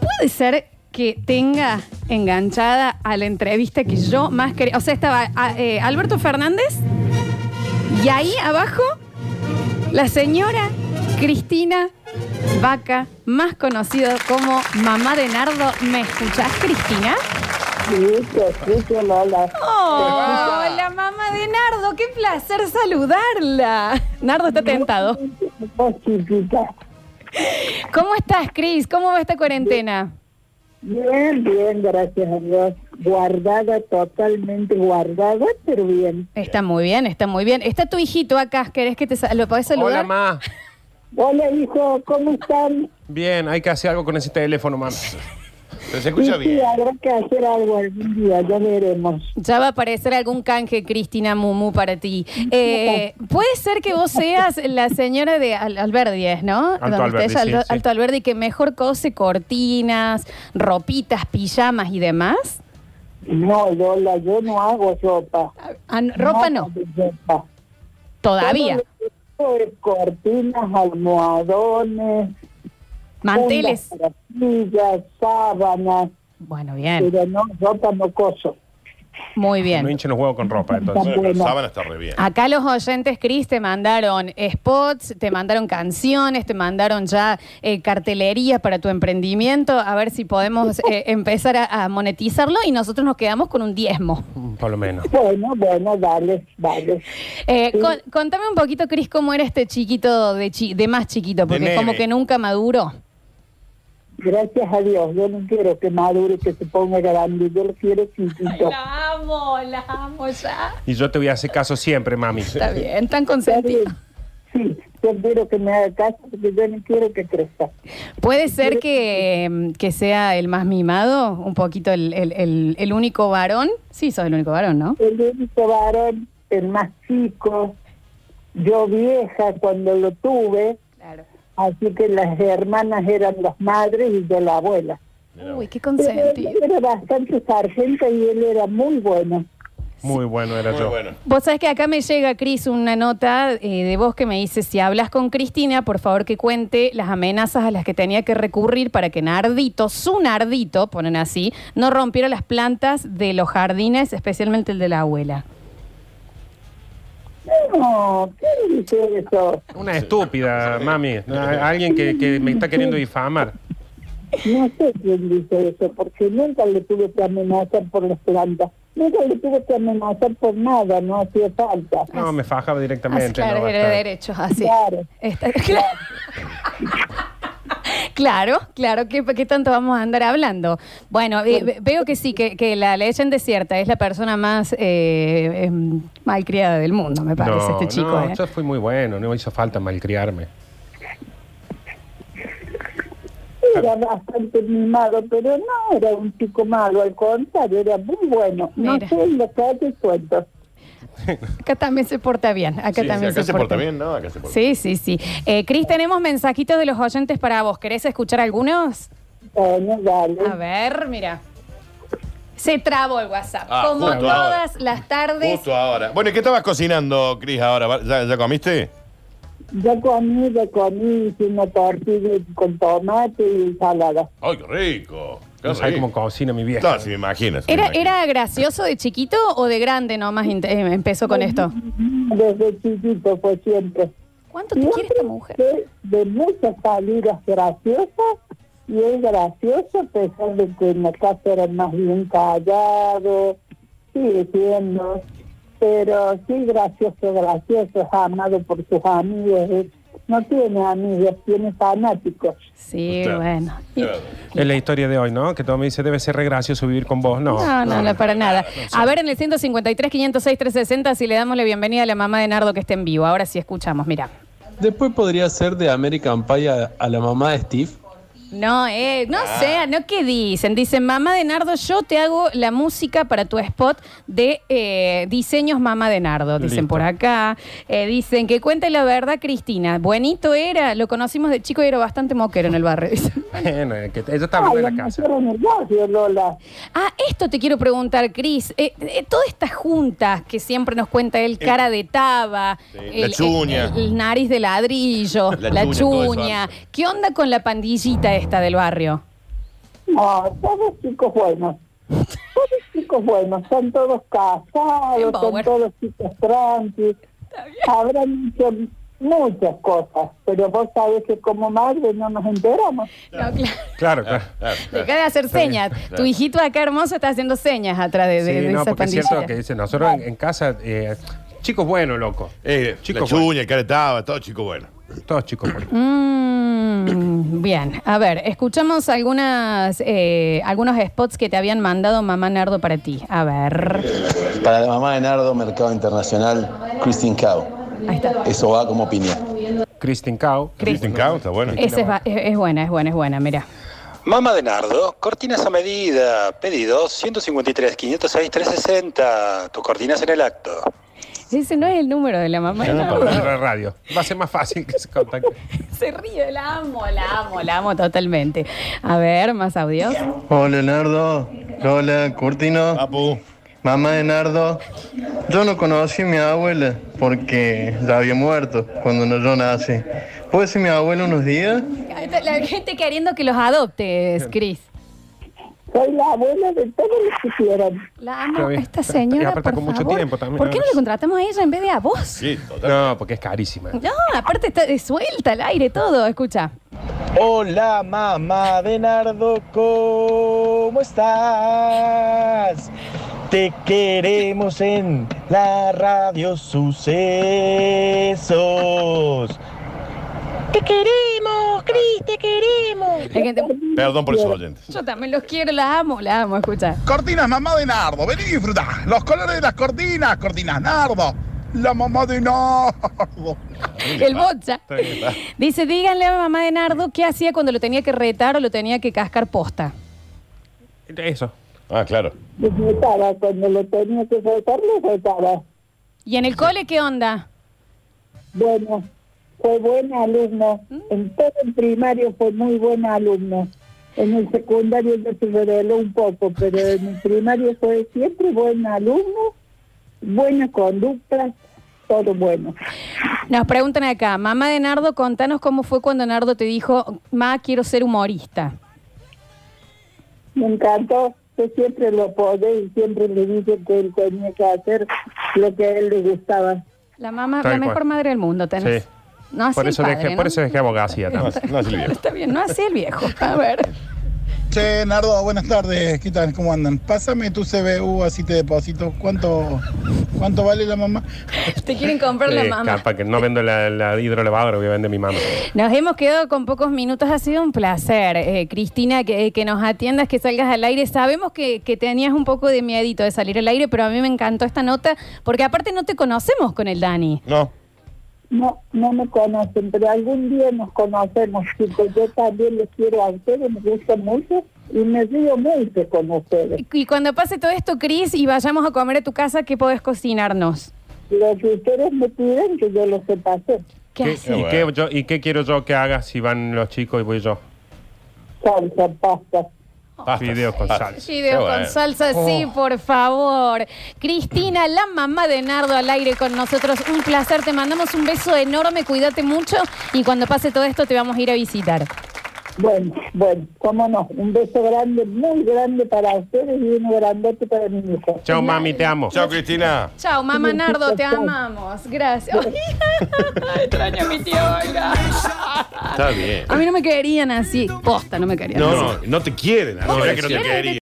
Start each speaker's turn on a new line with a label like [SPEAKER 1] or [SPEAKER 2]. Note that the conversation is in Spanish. [SPEAKER 1] puede ser que tenga enganchada a la entrevista que yo más quería. O sea, estaba a- eh, Alberto Fernández y ahí abajo la señora Cristina Vaca, más conocida como mamá de Nardo. ¿Me escuchás, Cristina?
[SPEAKER 2] Sí, te escucho, Lola.
[SPEAKER 1] Oh, la mamá de Nardo, qué placer saludarla. Nardo está tentado.
[SPEAKER 2] Vos, chiquita.
[SPEAKER 1] ¿Cómo estás, Cris? ¿Cómo va esta cuarentena?
[SPEAKER 2] Bien, bien, gracias a Dios. Guardada, totalmente guardada, pero bien.
[SPEAKER 1] Está muy bien, está muy bien. Está tu hijito acá, ¿querés que te sa- lo podés saludar?
[SPEAKER 3] Hola, ma.
[SPEAKER 2] Hola, hijo, ¿cómo están?
[SPEAKER 3] Bien, hay que hacer algo con ese teléfono, ma.
[SPEAKER 4] Pero se
[SPEAKER 2] Sí,
[SPEAKER 4] escucha
[SPEAKER 2] sí,
[SPEAKER 4] bien.
[SPEAKER 2] habrá que hacer algo algún día, ya veremos.
[SPEAKER 1] Ya va a aparecer algún canje, Cristina Mumu, para ti. Eh, puede ser que vos seas la señora de Al- Alberdi, ¿es, ¿no?
[SPEAKER 3] Alto
[SPEAKER 1] Donde
[SPEAKER 3] Alberdi,
[SPEAKER 1] estés, Al-
[SPEAKER 3] sí, sí.
[SPEAKER 1] Alto Alberdi, que mejor cose cortinas, ropitas, pijamas y demás.
[SPEAKER 2] No, Lola, yo no hago sopa.
[SPEAKER 1] Ah, n- ropa no,
[SPEAKER 2] hago sopa.
[SPEAKER 1] todavía.
[SPEAKER 2] Todo lo que hago es Cortinas, almohadones,
[SPEAKER 1] Manteles.
[SPEAKER 2] fundas para sillas, sábanas,
[SPEAKER 1] Bueno, bien,
[SPEAKER 2] pero no, sopa no coso.
[SPEAKER 1] muy
[SPEAKER 3] No
[SPEAKER 1] bien.
[SPEAKER 3] hinchen los huevos con ropa, entonces.
[SPEAKER 4] Bueno, pero
[SPEAKER 2] Bueno.
[SPEAKER 4] sábana está re bien.
[SPEAKER 1] Acá los oyentes, Cris, te mandaron spots, te mandaron canciones, te mandaron ya eh, cartelerías para tu emprendimiento, a ver si podemos eh, empezar a, a monetizarlo y nosotros nos quedamos con un diezmo.
[SPEAKER 3] Mm, Por lo menos.
[SPEAKER 2] Bueno, bueno, dale, dale.
[SPEAKER 1] Eh, con- contame un poquito, Cris, cómo era este chiquito de, chi- de más chiquito, porque
[SPEAKER 4] nene.
[SPEAKER 1] como que nunca maduró.
[SPEAKER 2] Gracias a Dios, yo no quiero que madure, que se ponga grande, yo lo quiero chiquito.
[SPEAKER 1] La amo, la amo ya.
[SPEAKER 3] Y yo te voy a hacer caso siempre, mami.
[SPEAKER 1] Está bien, tan
[SPEAKER 2] Está
[SPEAKER 1] consentido.
[SPEAKER 2] bien. Sí, yo quiero que me haga caso porque yo no quiero que crezca.
[SPEAKER 1] Puede ser que, eh, que sea el más mimado, un poquito el, el- el- el único varón. Sí, sos el único varón, ¿no?
[SPEAKER 2] El único varón, el más chico, yo vieja cuando lo tuve,
[SPEAKER 1] Claro.
[SPEAKER 2] así que las hermanas eran las madres y yo la abuela.
[SPEAKER 1] Uy, qué
[SPEAKER 2] Pero él
[SPEAKER 1] consentido.
[SPEAKER 2] era bastante sargento y él era muy bueno.
[SPEAKER 3] Muy bueno era
[SPEAKER 4] Muy
[SPEAKER 3] yo.
[SPEAKER 4] bueno.
[SPEAKER 1] Vos sabés que acá me llega, Cris, una nota eh, de vos que me dice, si hablas con Cristina, por favor que cuente las amenazas a las que tenía que recurrir para que Nardito, su Nardito, ponen así, no rompiera las plantas de los jardines, especialmente el de la abuela.
[SPEAKER 2] No, ¿qué dice eso?
[SPEAKER 3] Una estúpida, mami. A- Alguien que, que me está queriendo difamar.
[SPEAKER 2] No sé quién dice eso, porque nunca le tuve que amenazar por las plantas. Nunca le tuve que amenazar por nada, no hacía falta.
[SPEAKER 3] No, me fajaba directamente.
[SPEAKER 1] Así, claro,
[SPEAKER 3] no,
[SPEAKER 1] era
[SPEAKER 3] basta.
[SPEAKER 1] de derechos, así.
[SPEAKER 2] Claro.
[SPEAKER 1] Está- claro. Claro, claro, ¿qué, qué tanto vamos a andar hablando? Bueno, eh, ve- veo que sí, que, que la leyenda es cierta, es la persona más eh, em, malcriada del mundo, me parece,
[SPEAKER 3] No,
[SPEAKER 1] este chico.
[SPEAKER 3] no,
[SPEAKER 1] ¿eh?
[SPEAKER 3] yo fui muy bueno, no hizo falta malcriarme.
[SPEAKER 2] Era bastante mimado, pero no era un chico malo, al contrario, era muy bueno. No
[SPEAKER 1] Mira.
[SPEAKER 2] sé lo que hace cuento.
[SPEAKER 1] Acá también se porta bien, acá
[SPEAKER 4] Sí, sí,
[SPEAKER 1] también
[SPEAKER 4] acá se porta bien, ¿no? Acá se porta
[SPEAKER 1] Sí, sí, sí. Eh, Cris, tenemos mensajitos de los oyentes para vos. ¿Querés escuchar algunos?
[SPEAKER 2] Bueno, dale.
[SPEAKER 1] A ver, mira. Se trabó el WhatsApp.
[SPEAKER 4] Ah,
[SPEAKER 1] Como
[SPEAKER 4] justo
[SPEAKER 1] todas
[SPEAKER 4] ahora.
[SPEAKER 1] las tardes.
[SPEAKER 4] Justo ahora. Bueno, ¿y qué estabas cocinando, Cris, ahora? ¿Ya, ya comiste?
[SPEAKER 2] Yo comí, yo comí, hice una tortilla con tomate y ensalada.
[SPEAKER 4] ¡Ay, qué rico! ¡Qué
[SPEAKER 3] No sabes
[SPEAKER 4] rico!
[SPEAKER 3] cómo cocina mi vieja.
[SPEAKER 4] No, si me imaginas.
[SPEAKER 1] ¿Era, ¿Era gracioso de chiquito o de grande nomás int- eh, empezó con esto?
[SPEAKER 2] Desde chiquito fue siempre.
[SPEAKER 1] ¿Cuánto te quiere esta mujer?
[SPEAKER 2] De, de muchas salidas graciosas y es gracioso a pesar de que en la casa era más bien callado, sigue siendo, pero sí gracioso, gracioso, es amado por sus amigos, es- no tiene amigos, tiene fanáticos.
[SPEAKER 1] Sí,
[SPEAKER 4] Claro.
[SPEAKER 1] bueno. Y-
[SPEAKER 3] Es la historia de hoy, ¿no? Que todo me dice, debe ser re gracioso vivir con vos. No.
[SPEAKER 1] No, no, no, para nada. A ver, en el 153, 506, 360, si le damos la bienvenida a la mamá de Nardo que está en vivo. Ahora sí escuchamos, mira.
[SPEAKER 5] Después podría ser de American Pie a, a la mamá de Steve.
[SPEAKER 1] No, eh, no
[SPEAKER 4] Ah.
[SPEAKER 1] sé, no qué dicen. Dicen, mamá de Nardo, yo te hago la música para tu spot de eh, diseños mamá de Nardo. Dicen
[SPEAKER 3] Listo.
[SPEAKER 1] por acá. Eh, dicen que cuente la verdad, Cristina. Buenito era, lo conocimos de chico y era bastante moquero en el barrio. dicen.
[SPEAKER 3] Bueno, que ella está viva
[SPEAKER 2] Ay,
[SPEAKER 3] en
[SPEAKER 2] la
[SPEAKER 3] la casa.
[SPEAKER 2] mujer en el barrio, Lola.
[SPEAKER 1] Ah, esto te quiero preguntar, Cris. Eh, eh, todas estas juntas que siempre nos cuenta él, cara de taba,
[SPEAKER 4] Eh, la chuña.
[SPEAKER 1] el- el nariz de ladrillo, la,
[SPEAKER 4] La chuña, todo eso.
[SPEAKER 1] chuña. ¿Qué onda con la pandillita esta del barrio?
[SPEAKER 2] Y No, todos chicos buenos. Todos chicos buenos, son todos
[SPEAKER 1] Bien,
[SPEAKER 2] casados, son
[SPEAKER 1] Bauer.
[SPEAKER 2] todos chicos tranquilos. Habrán hecho muchas cosas, pero vos sabés que como madre no nos enteramos.
[SPEAKER 1] No, claro.
[SPEAKER 3] Claro, claro.
[SPEAKER 4] Claro, claro.
[SPEAKER 1] Deja Ah, de hacer señas. Tu hijito acá hermoso está haciendo señas atrás de, de-
[SPEAKER 3] Sí,
[SPEAKER 1] de
[SPEAKER 3] no,
[SPEAKER 1] esa
[SPEAKER 3] porque es cierto
[SPEAKER 1] pandillita.
[SPEAKER 3] que dicen, nosotros en, en casa, eh, chicos buenos, loco.
[SPEAKER 4] Eh,
[SPEAKER 3] Chico
[SPEAKER 4] la
[SPEAKER 3] bueno.
[SPEAKER 4] chuña, el caretaba, todo chico bueno.
[SPEAKER 3] Todos chicos buenos.
[SPEAKER 1] Mm, bien, a ver, escuchamos algunas, eh, algunos spots que te habían mandado Mamá Nardo para ti. A ver.
[SPEAKER 6] Para la mamá de Nardo, Mercado Internacional, Christine Cao.
[SPEAKER 1] Ahí
[SPEAKER 3] Este
[SPEAKER 1] está.
[SPEAKER 6] Eso va como opinión.
[SPEAKER 3] Christine Cao.
[SPEAKER 4] Christine Cao, está bueno.
[SPEAKER 1] Esa es, va- es- es buena, es buena, es buena, mira.
[SPEAKER 7] Mamá de Nardo, cortinas a medida, pedidos 153 506 360, tus cortinas en el acto.
[SPEAKER 1] Ese no es el número de la mamá. de Nardo.
[SPEAKER 3] Para la radio. Va a ser más fácil que se contacte.
[SPEAKER 1] Se ríe, la amo, la amo, la amo totalmente. A ver, más audios.
[SPEAKER 8] Hola Nardo, hola Curtino,
[SPEAKER 4] Papu.
[SPEAKER 8] mamá de Nardo. Yo no conocí a mi abuela porque ya había muerto cuando no- yo nací. ¿Puede ser mi abuela unos días?
[SPEAKER 1] La gente queriendo que los adoptes, Cris.
[SPEAKER 2] Soy la abuela de todos los que quieran.
[SPEAKER 1] La
[SPEAKER 3] Está
[SPEAKER 1] amo a
[SPEAKER 3] bien.
[SPEAKER 1] esta
[SPEAKER 3] Está- está- y
[SPEAKER 1] señora.
[SPEAKER 3] aparte
[SPEAKER 1] por
[SPEAKER 3] con mucho
[SPEAKER 1] favor.
[SPEAKER 3] tiempo también,
[SPEAKER 1] ¿Por qué no
[SPEAKER 3] ¿no?
[SPEAKER 1] le contratamos a ella en vez de a vos?
[SPEAKER 4] Sí, total.
[SPEAKER 3] No, porque es carísima.
[SPEAKER 1] No, aparte está de suelta al aire todo, escucha.
[SPEAKER 9] Hola mamá de Nardo, ¿cómo estás? Te queremos en la radio sucesos. Te queremos, Cris, te queremos.
[SPEAKER 1] La gente-
[SPEAKER 4] Perdón por esos oyentes.
[SPEAKER 1] yo también los quiero, la amo, la amo, escucha.
[SPEAKER 10] Cortinas Mamá de Nardo, ven y disfrutá. Los colores de las cortinas, cortinas Nardo. La mamá de Nardo.
[SPEAKER 1] El bocha. Dice, díganle a mamá de Nardo qué hacía cuando lo tenía que retar o lo tenía que cascar posta.
[SPEAKER 3] Eso.
[SPEAKER 4] Ah, claro.
[SPEAKER 2] Disfrutaba, cuando lo tenía que soltar, lo soltaba.
[SPEAKER 1] ¿Y en el cole qué onda?
[SPEAKER 2] Bueno, fue buen alumno. En todo el primario fue muy buen alumno. En el secundario ya se reveló un poco, pero en el primario fue siempre buen alumno, buena conducta, todo bueno.
[SPEAKER 1] Nos preguntan acá, mamá de Nardo, contanos cómo fue cuando Nardo te dijo, ma, quiero ser humorista.
[SPEAKER 2] Me encantó que siempre lo apoyé y siempre le dije que él tenía que hacer lo que a él le gustaba.
[SPEAKER 1] La mamá,
[SPEAKER 3] Tal
[SPEAKER 1] la
[SPEAKER 3] cual.
[SPEAKER 1] mejor madre del mundo tenés.
[SPEAKER 3] Sí.
[SPEAKER 1] No así
[SPEAKER 3] Por eso,
[SPEAKER 1] el padre,
[SPEAKER 3] dejé,
[SPEAKER 1] ¿no?
[SPEAKER 3] por eso dejé abogacía
[SPEAKER 4] No,
[SPEAKER 3] también.
[SPEAKER 4] no es el viejo.
[SPEAKER 1] Está bien, no así el viejo. A ver.
[SPEAKER 10] Che, Nardo, buenas tardes. ¿Qué tal? ¿Cómo andan? Pásame tu CBU, así te deposito. ¿Cuánto, cuánto vale la mamá?
[SPEAKER 1] Te quieren comprar la
[SPEAKER 3] Eh,
[SPEAKER 1] mamá.
[SPEAKER 3] capaz que no vendo la, la hidrolevadora, voy a vender mi mamá.
[SPEAKER 1] Nos hemos quedado con pocos minutos, ha sido un placer. Eh, Cristina, que, que nos atiendas, que salgas al aire. Sabemos que, que tenías un poco de miedito de salir al aire, pero a mí me encantó esta nota, porque aparte no te conocemos con el Dani.
[SPEAKER 4] No.
[SPEAKER 2] No, no me conocen, pero algún día nos conocemos, chicos. Yo también les quiero a ustedes, me gusta mucho y me río mucho con ustedes.
[SPEAKER 1] Y, y cuando pase todo esto, Cris, y vayamos a comer a tu casa, ¿qué podés cocinarnos?
[SPEAKER 2] Lo que ustedes me piden, que yo lo sepa hacer.
[SPEAKER 1] ¿Qué
[SPEAKER 3] ¿Qué-
[SPEAKER 1] haces?
[SPEAKER 3] ¿Y,
[SPEAKER 4] Bueno.
[SPEAKER 3] qué yo- ¿Y qué quiero yo que haga si van los chicos y voy yo?
[SPEAKER 2] Salsa, pasta.
[SPEAKER 4] Pastas.
[SPEAKER 3] Videos con
[SPEAKER 4] Pastas.
[SPEAKER 3] salsa.
[SPEAKER 1] Video
[SPEAKER 4] Qué
[SPEAKER 1] con
[SPEAKER 4] bueno.
[SPEAKER 1] salsa, sí, por favor. Cristina, la mamá de Nardo al aire con nosotros. Un placer, te mandamos un beso enorme, cuídate mucho y cuando pase todo esto te vamos a ir a visitar.
[SPEAKER 2] Bueno, bueno, cómo no. Un beso grande, muy grande para ustedes y uno grandote para mi hijo.
[SPEAKER 3] Chao, mami, te amo.
[SPEAKER 4] Chao, Cristina.
[SPEAKER 1] Chao, mamá Nardo, te amamos. Gracias. Ay, Extraño a mi tío Olga.
[SPEAKER 4] Está bien.
[SPEAKER 1] A mí Ah. no me querían así. Posta, no me querían así.
[SPEAKER 4] No, no, no te quieren. No,
[SPEAKER 3] No,
[SPEAKER 4] no,
[SPEAKER 3] es
[SPEAKER 4] que no te
[SPEAKER 3] cierto.
[SPEAKER 4] querían.